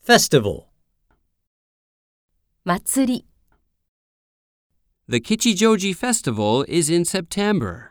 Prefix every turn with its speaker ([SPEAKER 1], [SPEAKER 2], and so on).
[SPEAKER 1] Festival.
[SPEAKER 2] 祭り。
[SPEAKER 3] The Kichijoji Festival is in September.